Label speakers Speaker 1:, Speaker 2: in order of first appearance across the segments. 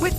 Speaker 1: With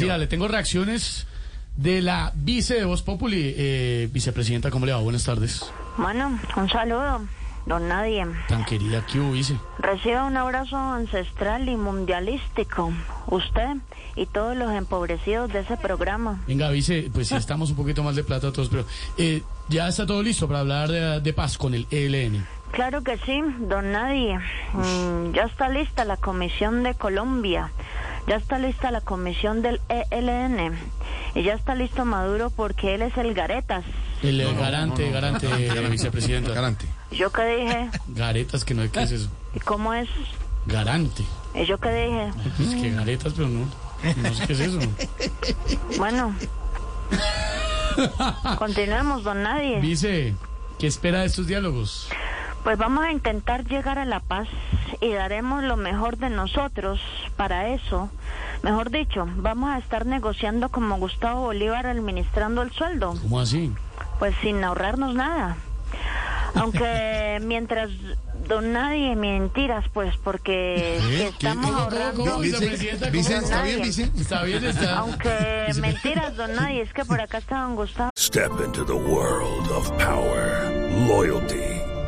Speaker 2: Mira, le tengo reacciones de la vice de Voz Populi. Eh, vicepresidenta, ¿cómo le va? Buenas tardes.
Speaker 3: Bueno, un saludo, don Nadie.
Speaker 2: Tan querida que hubo, vice.
Speaker 3: Reciba un abrazo ancestral y mundialístico. Usted y todos los empobrecidos de ese programa.
Speaker 2: Venga, vice, pues sí, estamos un poquito más de plata todos, pero eh, ya está todo listo para hablar de, de paz con el E ELN.
Speaker 3: Claro que sí, don Nadie. Mm, ya está lista la Comisión de Colombia. Ya está lista la Comisión del ELN. Y ya está listo Maduro porque él es el Garetas.
Speaker 2: El eh, garante, garante, eh, vicepresidenta. Garante.
Speaker 3: ¿Yo qué dije?
Speaker 2: Garetas, que no es que es eso.
Speaker 3: ¿Y cómo es?
Speaker 2: Garante.
Speaker 3: ¿Y yo qué dije?
Speaker 2: Es que garetas, pero no. No sé qué es eso.
Speaker 3: Bueno. Continuemos, don Nadie.
Speaker 2: Vice, ¿qué espera de estos diálogos?
Speaker 3: Pues vamos a intentar llegar a la paz y daremos lo mejor de nosotros para eso. Mejor dicho, vamos a estar negociando como Gustavo Bolívar administrando el sueldo,
Speaker 2: ¿Cómo así?
Speaker 3: pues sin ahorrarnos nada. Aunque mientras don nadie mentiras, pues porque si estamos ahorrando,
Speaker 2: ¿Cómo, vicepresidenta? ¿Cómo?
Speaker 4: Vice, ¿está bien,
Speaker 3: Nadie.
Speaker 4: Vice?
Speaker 2: Está bien, está.
Speaker 3: aunque mentiras don nadie, es que por acá está don Gustavo.
Speaker 5: Step into the world of power, loyalty,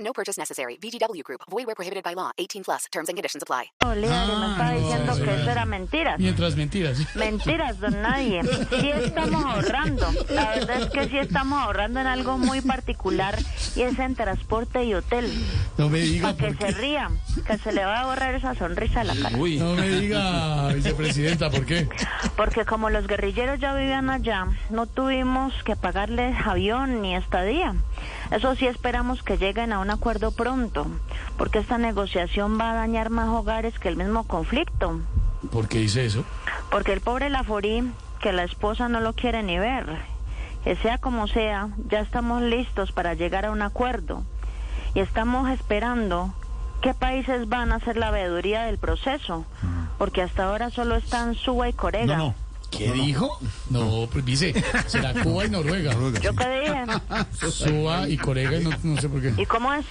Speaker 6: No purchase necessary. VGW Group. Void where prohibited by law. 18 plus. Terms and conditions apply.
Speaker 3: Bolívar
Speaker 2: Ah,
Speaker 3: y me está diciendo que eso era mentiras.
Speaker 2: Mientras mentiras.
Speaker 3: Mentiras, don Nadie. Sí estamos ahorrando. La verdad es que sí estamos ahorrando en algo muy particular y es en transporte y hotel.
Speaker 2: No me diga
Speaker 3: Para que
Speaker 2: por
Speaker 3: se
Speaker 2: qué.
Speaker 3: rían, que se le va a borrar esa sonrisa a la cara.
Speaker 2: No me diga, vicepresidenta, ¿por qué?
Speaker 3: Porque como los guerrilleros ya vivían allá, no tuvimos que pagarles avión ni estadía. Eso sí esperamos que lleguen a un acuerdo pronto, porque esta negociación va a dañar más hogares que el mismo conflicto.
Speaker 2: ¿Por qué dice eso?
Speaker 3: Porque el pobre Laforí, que la esposa no lo quiere ni ver. Que sea como sea, ya estamos listos para llegar a un acuerdo. Y estamos esperando qué países van a hacer la veeduría del proceso. Porque hasta ahora solo están Suba y Corea.
Speaker 2: ¿Qué dijo? No, pues dice, será Cuba y Noruega.
Speaker 3: ¿Yo qué dije?
Speaker 2: Suba y Corega, y no, no sé por qué.
Speaker 3: ¿Y cómo es?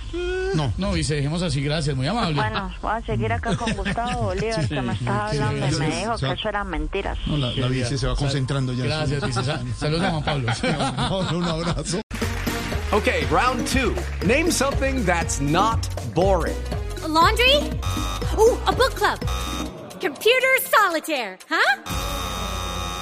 Speaker 2: No, no, dice, dejemos así, gracias, muy amable.
Speaker 3: Bueno, voy a seguir acá con Gustavo Bolívar, que me estaba hablando y me dijo que eso eran mentiras.
Speaker 4: No, la, la vice se va concentrando ya.
Speaker 2: Gracias, dice. sa- Saludos a Juan Pablo.
Speaker 4: Un abrazo.
Speaker 7: Okay, round two. Name something that's not boring.
Speaker 8: laundry? Ooh, a book club. Computer solitaire, huh?